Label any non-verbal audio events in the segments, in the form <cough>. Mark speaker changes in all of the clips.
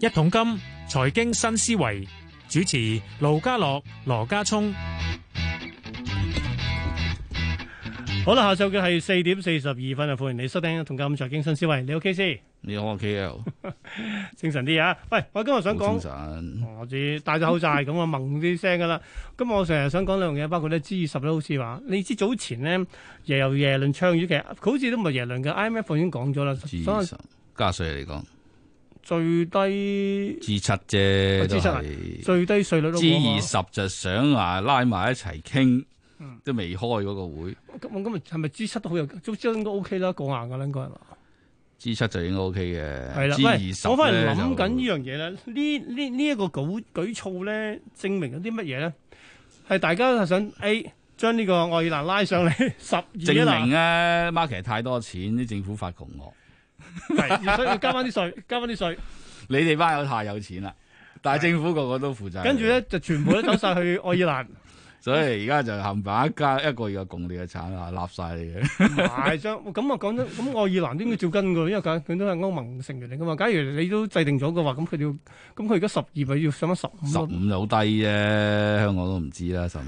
Speaker 1: 一桶金財經新思維主持盧家樂、羅家聰。
Speaker 2: 好啦，下晝嘅係四點四十二分啊！歡迎你收聽《同金財經新思維》，你好 K 先，
Speaker 3: 你好啊 K L，
Speaker 2: 精神啲啊！喂，我今日想講
Speaker 3: 精，神
Speaker 2: 我知戴咗口罩係咁啊，掹啲聲噶啦。咁我成日想講兩樣嘢，包括咧 G 二十咧，好似話你知早前咧，耶由耶倫倡議嘅，佢好似都唔係耶倫嘅 IMF 已經講咗啦，
Speaker 3: 至
Speaker 2: 所以
Speaker 3: 十加税嚟講，
Speaker 2: 最低
Speaker 3: 至七啫，都
Speaker 2: 至七啊
Speaker 3: 係
Speaker 2: 最低稅率都
Speaker 3: 至
Speaker 2: 冇
Speaker 3: 二
Speaker 2: 啊
Speaker 3: 十就想話拉埋一齊傾，
Speaker 2: 嗯
Speaker 3: 都未開嗰個會，
Speaker 2: 咁咁咪係咪 G 七都好有，都都應該 OK 啦，過硬噶啦，應該係嘛？
Speaker 3: 至七就應該 O K 嘅，
Speaker 2: 係啦，
Speaker 3: 至
Speaker 2: 喂
Speaker 3: 二，十
Speaker 2: 我翻嚟
Speaker 3: 咧
Speaker 2: 諗緊呢
Speaker 3: 就
Speaker 2: 樣嘢咧，呢呢呢一個舉舉措咧，證明咗啲乜嘢咧？係大家都想 A 將呢個愛爾蘭拉上嚟 <laughs> 十二
Speaker 3: 證
Speaker 2: 啦
Speaker 3: 明，咧 market 太多錢，啲政府發窮惡，
Speaker 2: 係所以要加翻啲税， <laughs> 加翻啲税，
Speaker 3: 你哋班友太有錢啦，但係政府個個都 <laughs> 負責，
Speaker 2: 跟住，咧就全部都走晒去愛爾蘭，
Speaker 3: 所以而家就冚唪唥一家一個月嘅共你嘅產啊，納晒你嘅，
Speaker 2: 埋張咁啊講真，咁愛爾蘭都應該照跟㗎，因為佢佢都係歐盟成員嚟㗎嘛。假如你都制定咗嘅話，咁佢哋要咁佢而家十二咪要上翻十
Speaker 3: 十
Speaker 2: 五咯。
Speaker 3: 五就好低啫，香港都唔知啦，十五。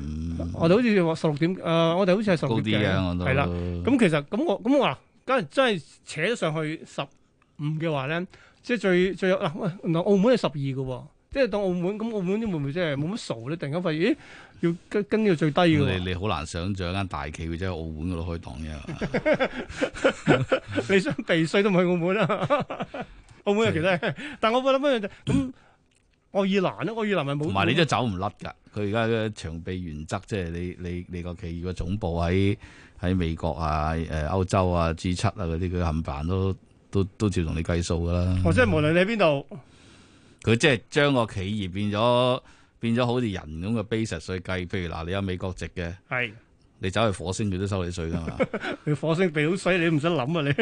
Speaker 2: 我哋好似話十六點，誒、我哋好似係十
Speaker 3: 高
Speaker 2: 六
Speaker 3: 啲
Speaker 2: 點
Speaker 3: 嘅，我都
Speaker 2: 係啦。咁其實咁我咁我嗱，梗係真係扯咗上去十五嘅話咧，即係最最有嗱，喂原來澳門係十二嘅喎，即係當澳門咁澳門啲會唔會即係冇乜傻咧？突然間發現，咦，要跟跟到最低嘅喎
Speaker 3: 啊你，你好難想像間大企會真係澳門嗰度
Speaker 2: <laughs>
Speaker 3: 開檔啫，
Speaker 2: 你想避税都唔去澳門啦。 <laughs> 澳門有其他，但我諗一樣就咁，愛爾蘭咧，愛爾蘭咪冇，
Speaker 3: 同埋你真係走唔甩㗎。佢而家嘅長臂原則，即係你你你個企業嘅總部喺喺美國啊、誒歐洲啊、G 七啊嗰啲，佢冚唪唥都都都照同你計數㗎啦。
Speaker 2: 我哦真係無論你喺邊度，
Speaker 3: 佢即係將個企業變咗變咗好似人咁嘅 basis 去計。譬如嗱，你有美國籍嘅，
Speaker 2: 係
Speaker 3: 你走去火星佢都收你稅㗎
Speaker 2: <laughs>
Speaker 3: 嘛。
Speaker 2: 你火星避到水，你都唔想諗啊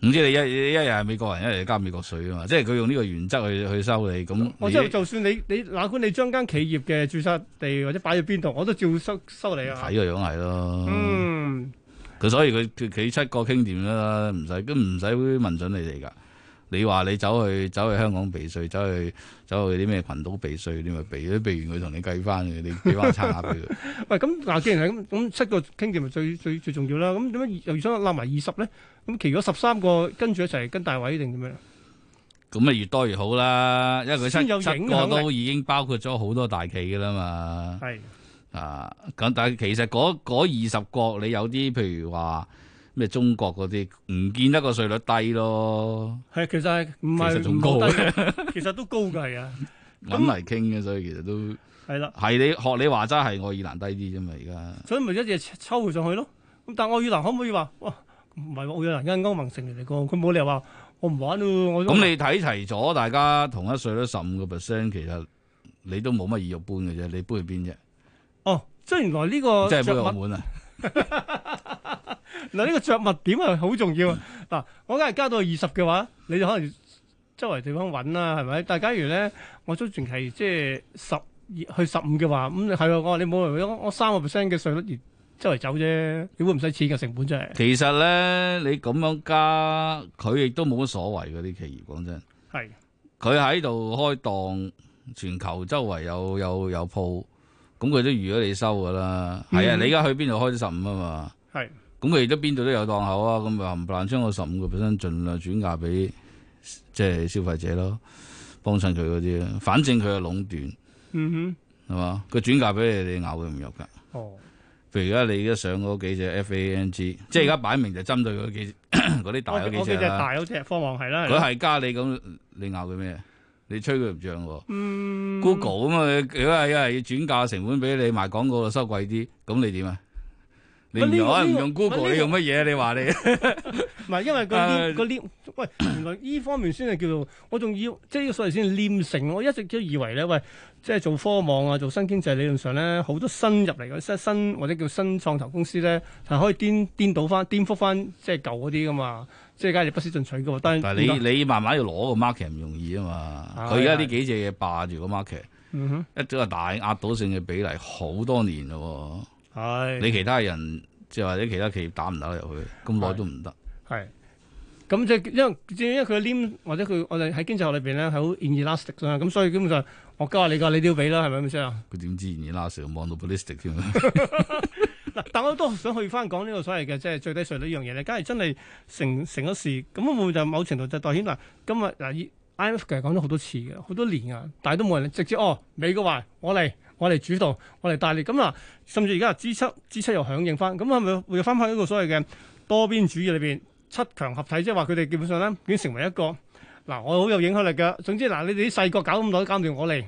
Speaker 2: 你。
Speaker 3: 唔知你一一日係美國人，一日係交美國稅㗎嘛。即係佢用呢個原則去去收你，咁
Speaker 2: 我
Speaker 3: 你
Speaker 2: 即係就算你你哪管你將間企業嘅註冊地或者擺喺邊度，我都照收收你啊
Speaker 3: 睇。個樣係咯。
Speaker 2: 嗯，
Speaker 3: 佢所以佢佢佢七個傾掂啦，唔使都唔使問準你哋噶。你話你走去走去香港避税，走去走去啲咩群島避税，你咪避，都避完佢同你計
Speaker 2: <laughs>
Speaker 3: 翻嘅，你俾翻差額俾佢。
Speaker 2: 喂，咁嗱，既然係咁，咁七個傾掂咪最最最重要啦。咁點解又想攬埋二十咧？咁其餘十三個跟住一齊跟大位定點樣？啊
Speaker 3: 咁咪越多越好啦，因為佢
Speaker 2: 先有
Speaker 3: 七
Speaker 2: 影響
Speaker 3: 七
Speaker 2: 力
Speaker 3: 個都已經包括咗好多大企噶啦嘛。
Speaker 2: 係
Speaker 3: 啊，咁但係其實嗰嗰二十國，你有啲譬如話咩中國嗰啲，唔見得個稅率低咯，
Speaker 2: 係，其實係唔
Speaker 3: 其實
Speaker 2: 係
Speaker 3: 仲高
Speaker 2: 唔
Speaker 3: <laughs>
Speaker 2: 低其實都高㗎，係啊，
Speaker 3: 揾嚟傾嘅，所以其實都
Speaker 2: 係啦，
Speaker 3: 係你學你話齋係愛爾蘭低啲啫嘛，而家。
Speaker 2: 所以咪一嘢抽佢上去咯。咁但係愛爾蘭可唔可以話哇？唔係喎，愛爾蘭間歐盟成員嚟講，佢冇理由話我唔玩咯。我
Speaker 3: 咁你睇齊咗，大家同一歲都十五個 percent，其實你都冇乜意欲搬嘅啫，你搬去邊啫？
Speaker 2: 哦，即係原來呢個
Speaker 3: 即係搬去
Speaker 2: 着
Speaker 3: 澳
Speaker 2: 墨
Speaker 3: 門啊！
Speaker 2: 嗱，呢個着墨點係好重要啊！嗱，我梗係加到二十嘅話，你就可能周圍地方揾啦，係咪？但係假如咧，我都仲係即係十二去十五嘅話，咁係喎，我話你冇理由我三個 percent 嘅稅率而周圍走啫，你會唔使錢嘅成本真係
Speaker 3: 其實咧，你咁樣加，佢亦都冇乜所謂嗰啲企業。講真，
Speaker 2: 係
Speaker 3: 佢喺度開檔，全球周圍有有有鋪，咁佢都預咗你收噶啦。係啊，
Speaker 2: 嗯
Speaker 3: 你而家去邊度開咗十五啊嘛？
Speaker 2: 係
Speaker 3: 咁佢亦都邊度都有檔口啊，咁咪冚唪唥將個十五個 percent 盡量轉嫁俾即係消費者咯，幫襯佢嗰啲啦。反正佢係壟斷。
Speaker 2: 嗯
Speaker 3: 係嘛？佢轉嫁俾你，你咬佢唔入噶。
Speaker 2: 哼，哦，
Speaker 3: 譬如而家你而家上嗰幾隻 FANG，即係而家擺明就針對嗰幾隻 <coughs> 嗰啲大
Speaker 2: 我
Speaker 3: 嗰幾
Speaker 2: 我
Speaker 3: 隻
Speaker 2: 幾隻
Speaker 3: 啦。
Speaker 2: 大嗰隻方望係啦，係
Speaker 3: 佢
Speaker 2: 啦
Speaker 3: 係加你咁，你咬佢咩？你吹佢唔漲喎。
Speaker 2: 嗯
Speaker 3: Google 咁啊，如果係一係要轉嫁成本俾你賣廣告就收貴啲，咁你點啊？你唔
Speaker 2: 喂呢個
Speaker 3: 可能唔
Speaker 2: 呢
Speaker 3: 用
Speaker 2: 個喂
Speaker 3: Google，你
Speaker 2: 呢個
Speaker 3: 用乜嘢？你話
Speaker 2: <laughs>
Speaker 3: 你
Speaker 2: 唔係因為個
Speaker 3: 唉
Speaker 2: 黏個黏，喂，原來呢方面先係叫做我仲要即係呢個所謂先黏性。我一直都以為咧，喂，即係做科網啊，做新經濟理論上咧，好多新入嚟嘅新新或者叫新創投公司咧，係可以顛顛倒翻、顛覆翻即係舊嗰啲噶嘛，即係假如不思進取嘅喎。但
Speaker 3: 但
Speaker 2: 係嗯
Speaker 3: 係你你慢慢要攞個 market 唔容易啊嘛。
Speaker 2: 係
Speaker 3: 佢而家呢幾隻嘢霸住個 market，
Speaker 2: 嗯哼，
Speaker 3: 一早係大壓倒性嘅比例好多年咯喎。
Speaker 2: 係
Speaker 3: 你其他人即係或者其他企業打唔打得入去，咁耐都唔得。
Speaker 2: 係。咁即係因為因為佢黏或者佢我哋喺經濟學裏邊咧係好 inelastic 啦，咁所以基本上我加下你價，你都要俾啦，係咪咁先啊？
Speaker 3: 佢點知而拉成望到 ballistic 添啊？
Speaker 2: 嗱，但我都想去翻講呢個所謂嘅即係最低税率呢樣嘢咧。假如真係成成咗事，咁會唔會就某程度就代顯嗱，今日嗱以 IMF 其實講咗好多次嘅，好多年啊，但係都冇人直接哦，美國話我嚟，我嚟主導，我嚟帶你。咁嗱，甚至而家 G 七 G 七又響應翻，咁係咪會翻返一個所謂嘅多邊主義裏邊七強合體，即係話佢哋基本上咧已經成為一個嗱，我好有影響力嘅。總之嗱，你哋啲細國搞咁耐都搞唔掂，我嚟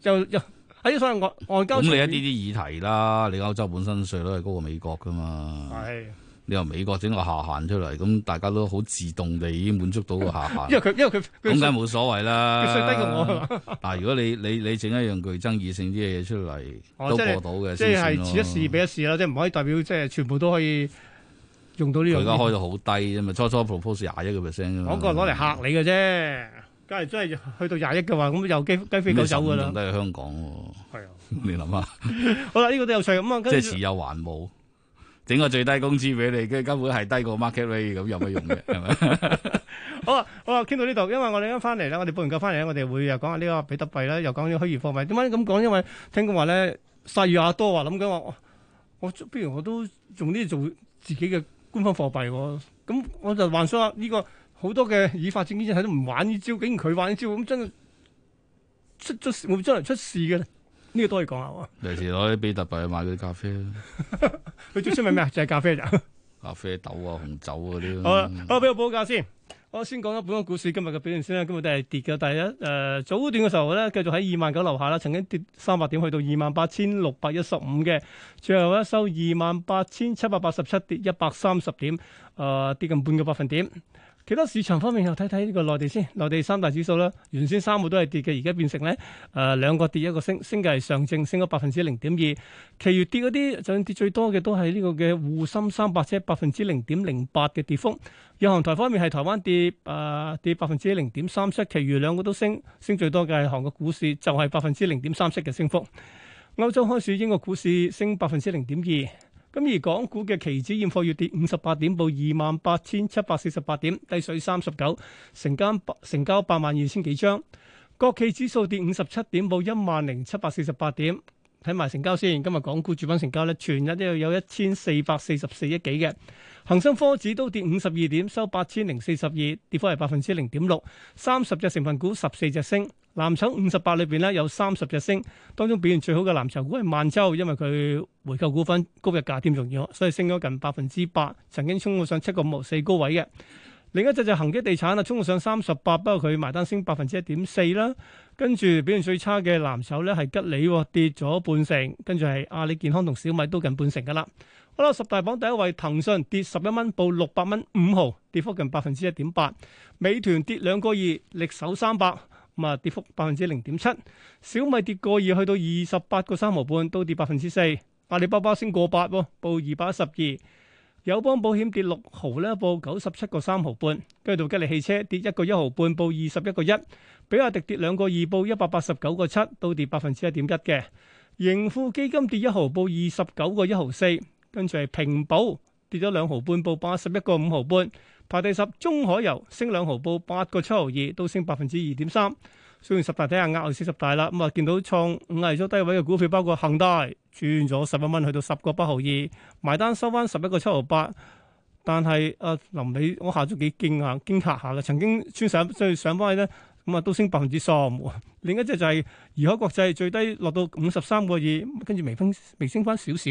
Speaker 2: 就又喺所謂外外 <laughs> 交
Speaker 3: 咁你
Speaker 2: 上面。
Speaker 3: 一啲啲議題啦，你歐洲本身税率係高過美國噶嘛？
Speaker 2: 係。
Speaker 3: 你由美國整個下限出嚟，咁大家都好自動地已經滿足到個下
Speaker 2: <laughs> 因為
Speaker 3: 限，
Speaker 2: 佢因為佢
Speaker 3: 咁梗係
Speaker 2: 佢
Speaker 3: 冇所謂啦。
Speaker 2: 佢税低過我啊係 <laughs> 嘛？
Speaker 3: 但係如果你你你整一樣具爭議性啲嘅嘢出嚟，
Speaker 2: 哦
Speaker 3: 都
Speaker 2: 即係
Speaker 3: 過到嘅
Speaker 2: 即
Speaker 3: 先算
Speaker 2: 係
Speaker 3: 咯。
Speaker 2: 此一試彼一試啦，即係唔可以代表即係全部都可以用到呢
Speaker 3: 佢
Speaker 2: 樣
Speaker 3: 而家
Speaker 2: 嘢。
Speaker 3: 開到好低啫嘛，初初 propose 廿一個 percent 啫嘛。
Speaker 2: 嗰個攞嚟嚇你嘅啫，假如真係去到廿一嘅話，咁有雞雞飛狗走㗎啦
Speaker 3: 都。係香港喎，
Speaker 2: 係啊，
Speaker 3: <laughs> 你諗下，
Speaker 2: 好啦，呢個都有趣咁啊。
Speaker 3: 即
Speaker 2: 跟
Speaker 3: 係
Speaker 2: 住
Speaker 3: 持有還冇，整個最低工資俾你，跟住根本係低過 market rate，咁有乜用嘅？係咪？
Speaker 2: 好啊，好啊，傾到呢度，因為我哋啱翻嚟啦，我哋報完價翻嚟咧，我哋會又講下呢個比特幣啦，又講呢個虛擬貨幣。點解咁講？因為聽講話咧，薩爾瓦啊多話諗緊話，我我不如我都用呢啲做自己嘅官方貨幣喎。咁我就幻想下啊呢、個好多嘅已發展經濟體都唔玩呢招，竟然佢玩呢招，咁真係出出事會唔會將來出事嘅咧？呢、個都可以講下喎。
Speaker 3: 有時攞啲比特幣去買嗰啲咖啡啦
Speaker 2: 佢最出名咩啊？就係咖啡咋。
Speaker 3: 咖啡豆啊、紅酒嗰啲
Speaker 2: 好
Speaker 3: 啦
Speaker 2: 啦，好，俾我報價先。我先講咗本港股市今日嘅表現先啦，啊今日都係跌嘅。但係一誒早段嘅時候咧，繼續喺二萬九樓下啦，曾經跌三百點，去到二萬八千六百一十五嘅，最後咧收二萬八千七百八十七，跌一百三十點，誒、啊跌近半個百分點。其他市場方面又睇睇呢個內地先，內地三大指數啦，原先三個都係跌嘅，而家變成咧誒、呃兩個跌一個升，升嘅係上證升咗百分之零點二，其餘跌嗰啲就算跌最多嘅都係呢個嘅滬深三百隻百分之零點零八嘅跌幅。日韓台方面係台灣跌誒、呃跌百分之零點三七，其餘兩個都升，升最多嘅係韓國股市就係百分之零點三七嘅升幅。歐洲開市，英國股市升百分之零點二，咁而港股嘅期指現貨月跌五十八點，報二萬八千七百四十八點，低水三十九，成交成交八萬二千幾張。國企指數跌五十七點，報一萬零七百四十八點。睇埋成交先，今日港股主板成交咧，全日都有一千四百四十四億幾嘅。恒生科指都跌五十二點，收八千零四十二，跌幅係百分之零點六。三十隻成分股十四隻升，藍籌五十八裏邊咧有三十隻升，當中表現最好嘅藍籌股係萬洲，因為佢回購股份高日價添仲要，所以升咗近百分之八，曾經衝到上七個五毫四高位嘅。另一隻就係恒基地產啦，衝到上三十八，不過佢埋單升百分之一點四啦。跟住表現最差嘅藍籌咧係吉利喎，跌咗半成，跟住係阿里健康同小米都近半成噶啦。好啦，十大榜第一位騰訊跌十一蚊，報六百蚊五毫，跌幅近百分之一點八。美團跌兩個二，力守三百，咁啊跌幅百分之零點七。小米跌個二，去到二十八個三毫半，都跌百分之四。阿里巴巴升過八喎，報二百一十二。友邦保險跌六毫咧，報九十七個三毫半。跟住到吉利汽車跌一個一毫半，報二十一個一。比亞迪跌兩個二，報一百八十九個七，都跌百分之一點一嘅。盈富基金跌一毫，報二十九個一毫四。跟住係平保跌咗兩毫半，報八十一個五毫半。排第十，中海油升兩毫，報八個七毫二，都升百分之二點三。雖然十大睇下額外四十大啦，咁啊見到創五日咗低位嘅股票，包括恒大轉咗十一蚊，去到十個八毫二，埋單收翻十一個七毫八。但係啊，臨尾我下咗幾驚嚇驚嚇下嘅，曾經穿上即係上翻去咧，咁啊都升百分之三喎。另一隻就係怡海國際最低落到五十三個二，跟住微分微升翻少少。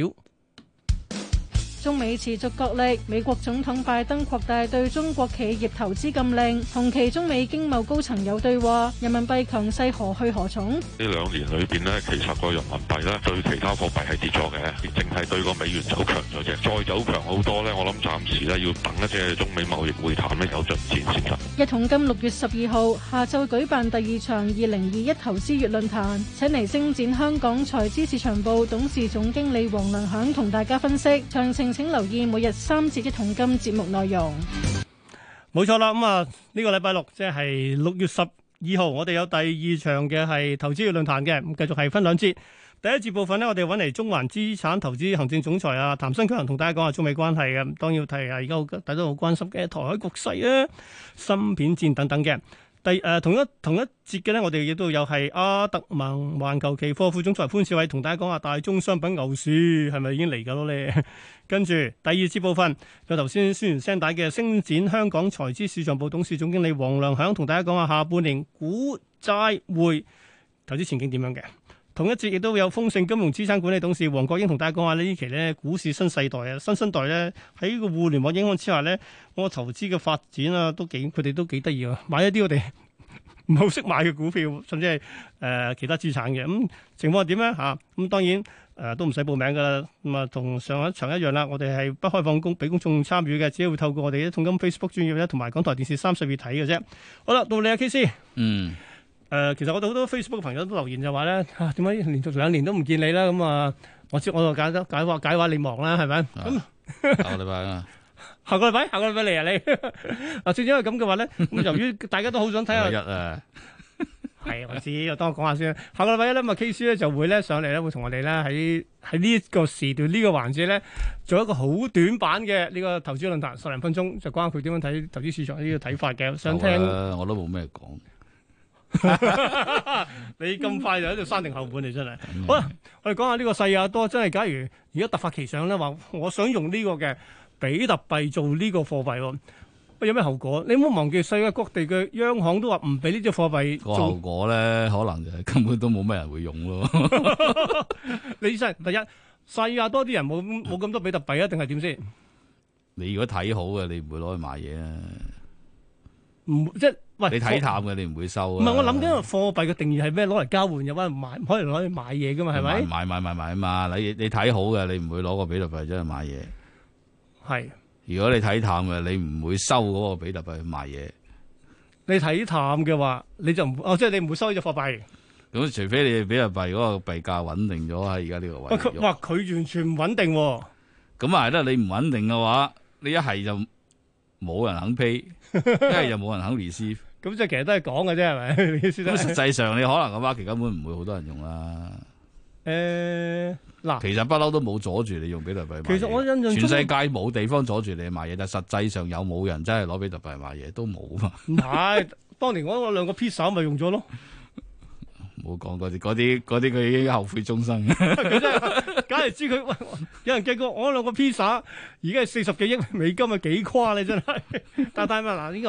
Speaker 4: 中美持續角力，美國總統拜登擴大對中國企業投資禁令，同期中美經貿高層有對話，人民幣強勢何去何從？
Speaker 5: 呢兩年裏邊呢，其實個人民幣呢對其他貨幣係跌咗嘅，淨係對個美元走強咗啫。再走強好多呢，我諗暫時呢要等一隻中美貿易會談呢有進展先得。
Speaker 4: 一桶金六月十二號下晝舉辦第二場二零二一投資月論壇，請嚟星展香港財資市場部董事總經理黃良響同大家分析，詳情請留意每日三節一桶金節目內容。
Speaker 2: 冇錯啦，咁啊呢個禮拜六即係六月十二號，我哋有第二場嘅係投資嘅論壇嘅，咁繼續係分兩節。第一節部分呢，我哋揾嚟中環資產投資行政總裁啊譚新強同大家講下中美關係嘅，咁當然要提下而家好大家都好關心嘅台海局勢啊、芯片戰等等嘅。第誒、同一同一節嘅呢，我哋亦都有係阿特曼環球期貨副總裁潘少偉同大家講下大宗商品牛市係咪已經嚟緊咧？跟住第二節部分有頭先宣傳聲帶嘅星展香港財資市場部董事總經理黃亮響同大家講下下半年股債匯投資前景點樣嘅。同一節亦都有豐盛金融資產管理董事黃國英同大家講下呢期咧股市新世代啊，新生代咧喺個互聯網影響之下咧，我投資嘅發展啊都幾佢哋都幾得意啊，買一啲我哋 <laughs> 唔係好識買嘅股票，甚至係誒、呃其他資產嘅咁、情況係點咧嚇？咁、當然誒、呃都唔使報名噶啦，咁啊同上一場一樣啦，我哋係不開放公俾公眾參與嘅，只會透過我哋一桶金 Facebook 專頁咧同埋港台電視三十二睇嘅啫。好啦，到你啊 K C。
Speaker 3: 嗯，
Speaker 2: 誒、其實我哋好多 Facebook 朋友都留言就話咧，啊點解連續兩年都唔見你啦？咁啊，我知我就解得解話解話你忙啦，係咪？
Speaker 3: 啊下個禮拜啊，
Speaker 2: 下個禮拜下個禮拜嚟啊你！ <laughs> 啊，正因為咁嘅話咧，咁由於大家都好想睇
Speaker 3: 禮拜一
Speaker 2: 下，
Speaker 3: 啊，
Speaker 2: 係我知，當我講下先。下個禮拜一咧，咁啊 K 書咧就會咧上嚟咧，會同我哋咧喺喺呢一個時段呢、個環節咧，做一個好短版嘅呢個投資論壇，十零分鐘就關於佢點樣睇投資市場呢個睇法嘅。想聽
Speaker 3: 好啊啦我都冇咩講。
Speaker 2: 你咁快就喺度山定後本，你真係。好啦，我哋講下呢個世亞多，真係假如而家突發奇想咧，話我想用呢個嘅比特幣做呢個貨幣喎，喂有咩後果？你唔好忘記世界各地嘅央行都話唔俾呢隻貨幣
Speaker 3: 個
Speaker 2: 做
Speaker 3: 後果咧，可能就係根本都冇咩人會用咯。
Speaker 2: 你真係第一，世亞多啲人冇
Speaker 3: <coughs>
Speaker 2: 冇咁多比特幣啊，定係點先？
Speaker 3: 你如果睇好嘅，你唔會攞去買嘢啊。
Speaker 2: 唔即係喂，
Speaker 3: 你睇淡嘅，你唔會收
Speaker 2: 貨
Speaker 3: 啊。
Speaker 2: 唔係我諗緊個貨幣嘅定義係咩？攞嚟交換又或者買，唔可以攞嚟買嘢噶嘛？係咪？
Speaker 3: 買買買買啊嘛！你你睇好嘅，你唔會攞個比特幣出去買嘢。
Speaker 2: 係
Speaker 3: 如果你睇淡嘅，你唔會收嗰個比特幣去買嘢。
Speaker 2: 你睇淡嘅話，你就唔哦，即係你唔會收呢隻貨幣。
Speaker 3: 咁除非你比特幣嗰個幣價穩定咗喺而家呢個
Speaker 2: 喂，佢哇
Speaker 3: 位，
Speaker 2: 佢完全唔穩定喎。
Speaker 3: 咁啊係啦，你唔穩定嘅話，你一係就冇人
Speaker 2: <laughs>
Speaker 3: 肯 pay，一係就冇人肯 receive。
Speaker 2: 咁即係其實都係講嘅啫，係咪？你意思都
Speaker 3: 咁
Speaker 2: 係
Speaker 3: 實際上你可能個 market 根本唔會好多人用啦。
Speaker 2: 誒嗱，
Speaker 3: 其實不嬲都冇阻住你用比特幣買嘢。
Speaker 2: 其實我印象中
Speaker 3: 全世界冇地方阻住你買嘢，但實際上有冇人真係攞比特幣買嘢都冇啊嘛。
Speaker 2: 唔係，當年我嗰兩個 pizza 咪用咗咯，
Speaker 3: 冇講嗰啲，嗰啲嗰啲佢已經後悔終生。
Speaker 2: 梗係知佢。喂有人計過我嗰兩個 pizza 而家係四十幾億美金啊，幾誇你真係。 <laughs> 但但係嗱，呢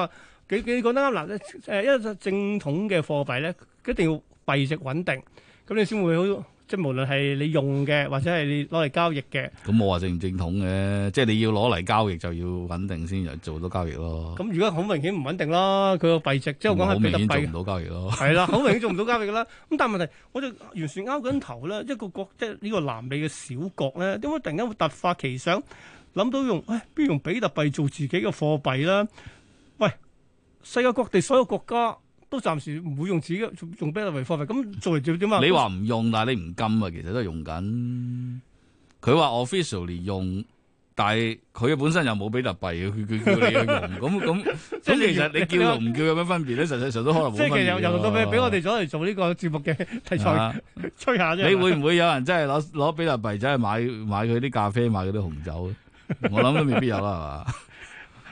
Speaker 2: 個幾幾講得啱嗱，誒一個正統嘅貨幣咧，一定要幣值穩定，咁你先會好，即係無論係你用嘅或者係你攞嚟交易嘅。
Speaker 3: 咁我話正唔正統嘅，即係你要攞嚟交易就要穩定先有做到交易咯。
Speaker 2: 咁如果好明顯唔穩定啦，佢個幣值即係
Speaker 3: 咁
Speaker 2: 我講係
Speaker 3: 好
Speaker 2: 比
Speaker 3: 明
Speaker 2: 特
Speaker 3: 顯
Speaker 2: 幣啊
Speaker 3: 做
Speaker 2: 嘅
Speaker 3: 唔到交易 <laughs> 咯。
Speaker 2: 係啦，好明顯做唔到交易㗎啦。咁但係問題，我就完全拗緊頭啦。一個國即係呢個南美嘅小國咧，點解突然間會突發奇想諗到用，唉，不如用比特幣做自己嘅貨幣啦？喂，世界各地所有國家都暫時唔會用自己嘅用比特幣貨幣，咁做嚟做點啊？
Speaker 3: 你話唔用，但係你唔禁啊，其實都係用緊。佢話 officially 用，但係佢本身又冇比特幣，啊佢佢叫你
Speaker 2: <laughs>
Speaker 3: 去用，咁咁
Speaker 2: 即係你
Speaker 3: 咁其實你叫
Speaker 2: 用
Speaker 3: 同唔叫有咩分別咧？實際上都可能冇
Speaker 2: 即係
Speaker 3: 分
Speaker 2: 其實由
Speaker 3: 別。
Speaker 2: 由頭到尾俾我哋咗嚟做呢個節目嘅題材
Speaker 3: 啊
Speaker 2: 吹下啫。
Speaker 3: 你會唔會有人真係攞攞比特幣走去買買佢啲咖啡，買佢啲紅酒？我諗都未必有啦，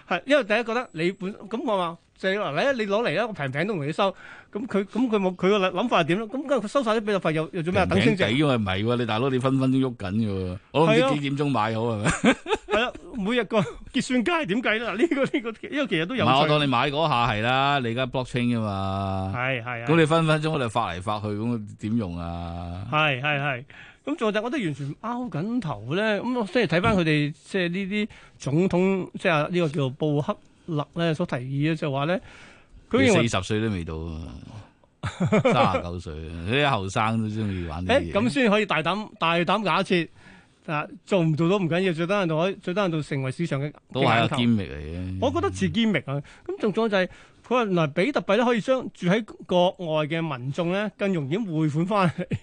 Speaker 2: 係，因為第一覺得你本咁我話就係話嚟啊，你攞嚟啦，我平平都同你收。咁佢咁佢冇佢個諗法係點咧？咁佢收晒啲比特幣又又
Speaker 3: 係
Speaker 2: 做咩
Speaker 3: 嘛？
Speaker 2: 啊？等升
Speaker 3: 平
Speaker 2: 值
Speaker 3: 平地因為唔係喎，你大佬你分分鐘喐緊嘅喎，我都唔
Speaker 2: 係啊
Speaker 3: 知幾點鐘買好係咪？
Speaker 2: 係啦，每日個 <laughs> 結算價係點計咧？嗱，呢個呢個呢個其實都有
Speaker 3: 唔係我當
Speaker 2: 趣。
Speaker 3: 你買嗰下係啦，你而家 blockchain 啊嘛，
Speaker 2: 係係
Speaker 3: 咁
Speaker 2: 係
Speaker 3: 你分分鐘我哋發嚟發去，咁點用啊？
Speaker 2: 係係係。咁仲有就我都完全拗緊頭咧。咁我雖然睇
Speaker 3: 嗯
Speaker 2: 翻佢哋即係呢啲總統，即係啊呢個叫做布克勒咧所提議嘅就話咧，佢
Speaker 3: 佢
Speaker 2: 認為
Speaker 3: 四十歲都未到啊，三十九歲，啊
Speaker 2: <laughs>
Speaker 3: 你啲後生都中意玩呢
Speaker 2: 誒
Speaker 3: 啲
Speaker 2: 咁
Speaker 3: 嘢。
Speaker 2: 先可以大膽大膽假設啊，做唔做到唔緊要，最低限度可以最低限度成為市場嘅
Speaker 3: 都
Speaker 2: 嘅
Speaker 3: 係一
Speaker 2: 眼
Speaker 3: 個
Speaker 2: 球
Speaker 3: 堅力嚟嘅。
Speaker 2: 我覺得自堅明啊，咁仲有就係佢話原來比特幣咧可以將住喺國外嘅民眾咧更容易匯款翻嚟，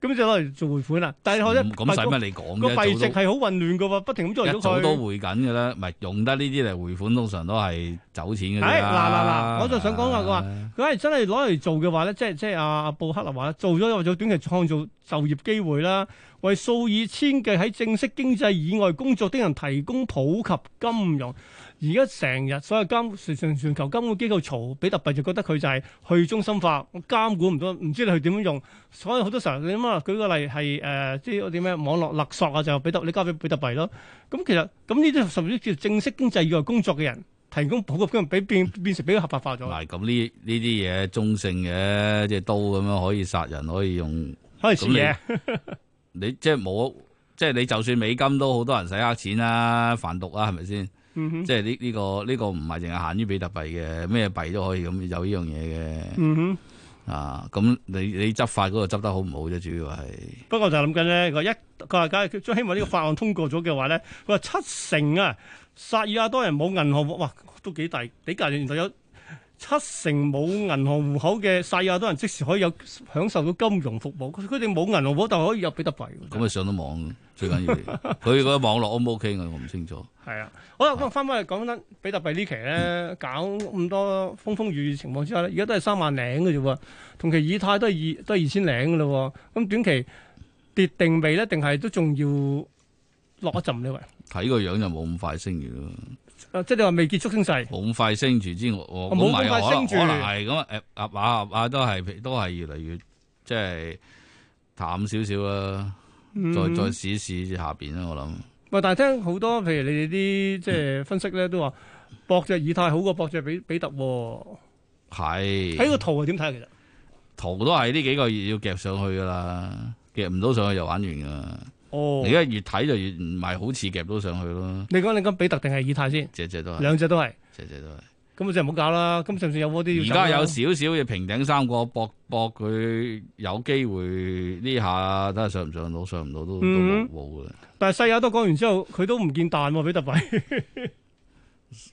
Speaker 2: <laughs> 咁就攞嚟做匯款啦。但係我咧，
Speaker 3: 嗯咁咁使乜你講
Speaker 2: 個幣
Speaker 3: 啫？
Speaker 2: 值
Speaker 3: 早
Speaker 2: 係好混亂噶喎，不停咁
Speaker 3: 都
Speaker 2: 捉嚟
Speaker 3: 一
Speaker 2: 捉
Speaker 3: 早都
Speaker 2: 去。
Speaker 3: 匯緊嘅啦，唔係用得呢啲嚟匯款，通常都係走錢嘅啫。
Speaker 2: 係嗱嗱嗱我就想講話佢話佢係真係攞嚟做嘅話咧，即係即係阿阿布克勒話做咗為咗短期創造就業機會啦，為數以千計喺正式經濟以外工作的人提供普及金融。而家成日所有監全全全球監管機構嘈比特幣，就覺得佢就係去中心化，我監管唔到，唔知你去點樣用。所以好多時候你諗下，舉個例係誒，即係嗰啲咩網絡勒索啊，就比特你交俾比特幣咯。咁其實咁呢啲甚至叫正式經濟以外工作嘅人。提供普及金融俾變變成俾佢合法化咗，
Speaker 3: 嗱，咁呢呢啲嘢中性嘅，即係刀咁樣可以殺人，可以用。
Speaker 2: 可以似嘢。
Speaker 3: 你即係冇，即係你就算美金都好多人使黑錢啦、販毒啊啦，係咪先？
Speaker 2: 嗯哼，
Speaker 3: 即係呢呢個呢、個唔係淨係限於比特幣嘅，咩幣都可以咁有呢樣嘢嘅。
Speaker 2: 嗯哼。
Speaker 3: 啊，咁你你執法嗰度執得好唔好啫？主要係
Speaker 2: 不過我就諗緊咧，佢話一佢話梗係佢希望呢個法案通過咗嘅話咧，佢話七成啊，薩爾瓦多人冇銀行戶，哇，都幾大比較。原來有七成冇銀行戶口嘅薩爾瓦多人，即時可以有享受到金融服務。佢佢哋冇銀行戶口，但可以入比特幣喎。
Speaker 3: 咁啊上到網最緊要，
Speaker 2: <laughs>
Speaker 3: 佢個網絡 O 唔 OK 我我唔清楚。
Speaker 2: 係啊，好啦，咁翻返去講緊比特幣呢期咧，搞咁多風風雨雨情況之下咧，而家都係三萬零嘅啫喎，同期以太都係二都係二千零嘅嘞喎，咁短期跌定未咧，定係都仲要落一陣呢？喂，
Speaker 3: 睇個樣就冇咁快升完咯，
Speaker 2: 啊即係你話未結束升勢，
Speaker 3: 冇咁快升住之外，我
Speaker 2: 啊冇咁
Speaker 3: 唔係
Speaker 2: 快
Speaker 3: 可能
Speaker 2: 升住
Speaker 3: 可能係咁啊，誒鴨馬鴨馬都係都係越嚟越即係淡少少啦，再再
Speaker 2: 嗯
Speaker 3: 試一試下邊啊啦，我諗。
Speaker 2: 喂，但係聽好多譬如你哋啲即係分析咧，都話博只以太好過博只比比特喎，
Speaker 3: 係
Speaker 2: 睇個圖係點睇啊其實？
Speaker 3: 圖都係呢幾個月要夾上去噶啦，夾唔到上去就玩完噶啦。
Speaker 2: 哦
Speaker 3: 而，家越睇就越唔係好似夾到上去咯，
Speaker 2: 你講你講比特定係以太先，
Speaker 3: 隻隻都係，
Speaker 2: 兩隻都係，
Speaker 3: 隻隻都係。
Speaker 2: 咁啊就唔好搞啦。咁甚至有嗰啲
Speaker 3: 而
Speaker 2: 要
Speaker 3: 家
Speaker 2: 走啦
Speaker 3: 有少少嘢平頂三個搏搏佢有機會呢下睇下上唔上到，上唔到都都
Speaker 2: 嗯
Speaker 3: 冇冇噶啦。
Speaker 2: 但係細友都講完之後，佢都唔見彈喎，比特 <laughs> 幣。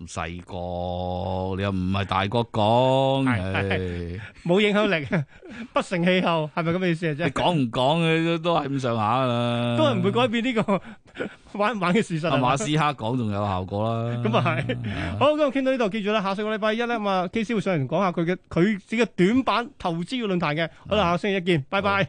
Speaker 3: 細個你又唔係大國講，
Speaker 2: 係
Speaker 3: 唉
Speaker 2: 冇影響力，不成氣候，係咪咁嘅意思啊？
Speaker 3: 你
Speaker 2: 啫，
Speaker 3: 講唔講嘅都都係咁上下噶啦。
Speaker 2: 都係唔會改變呢個 <laughs> 玩唔玩嘅事實。
Speaker 3: 阿
Speaker 2: 啊係嘛
Speaker 3: 馬斯克講仲有效果啦。
Speaker 2: 咁啊係。好，咁我傾到呢度，記住啦，下個禮拜一咧，咁啊，K 師會上嚟講下佢嘅佢自己嘅短板投資嘅論壇嘅。好啦，下個星期一見，拜拜。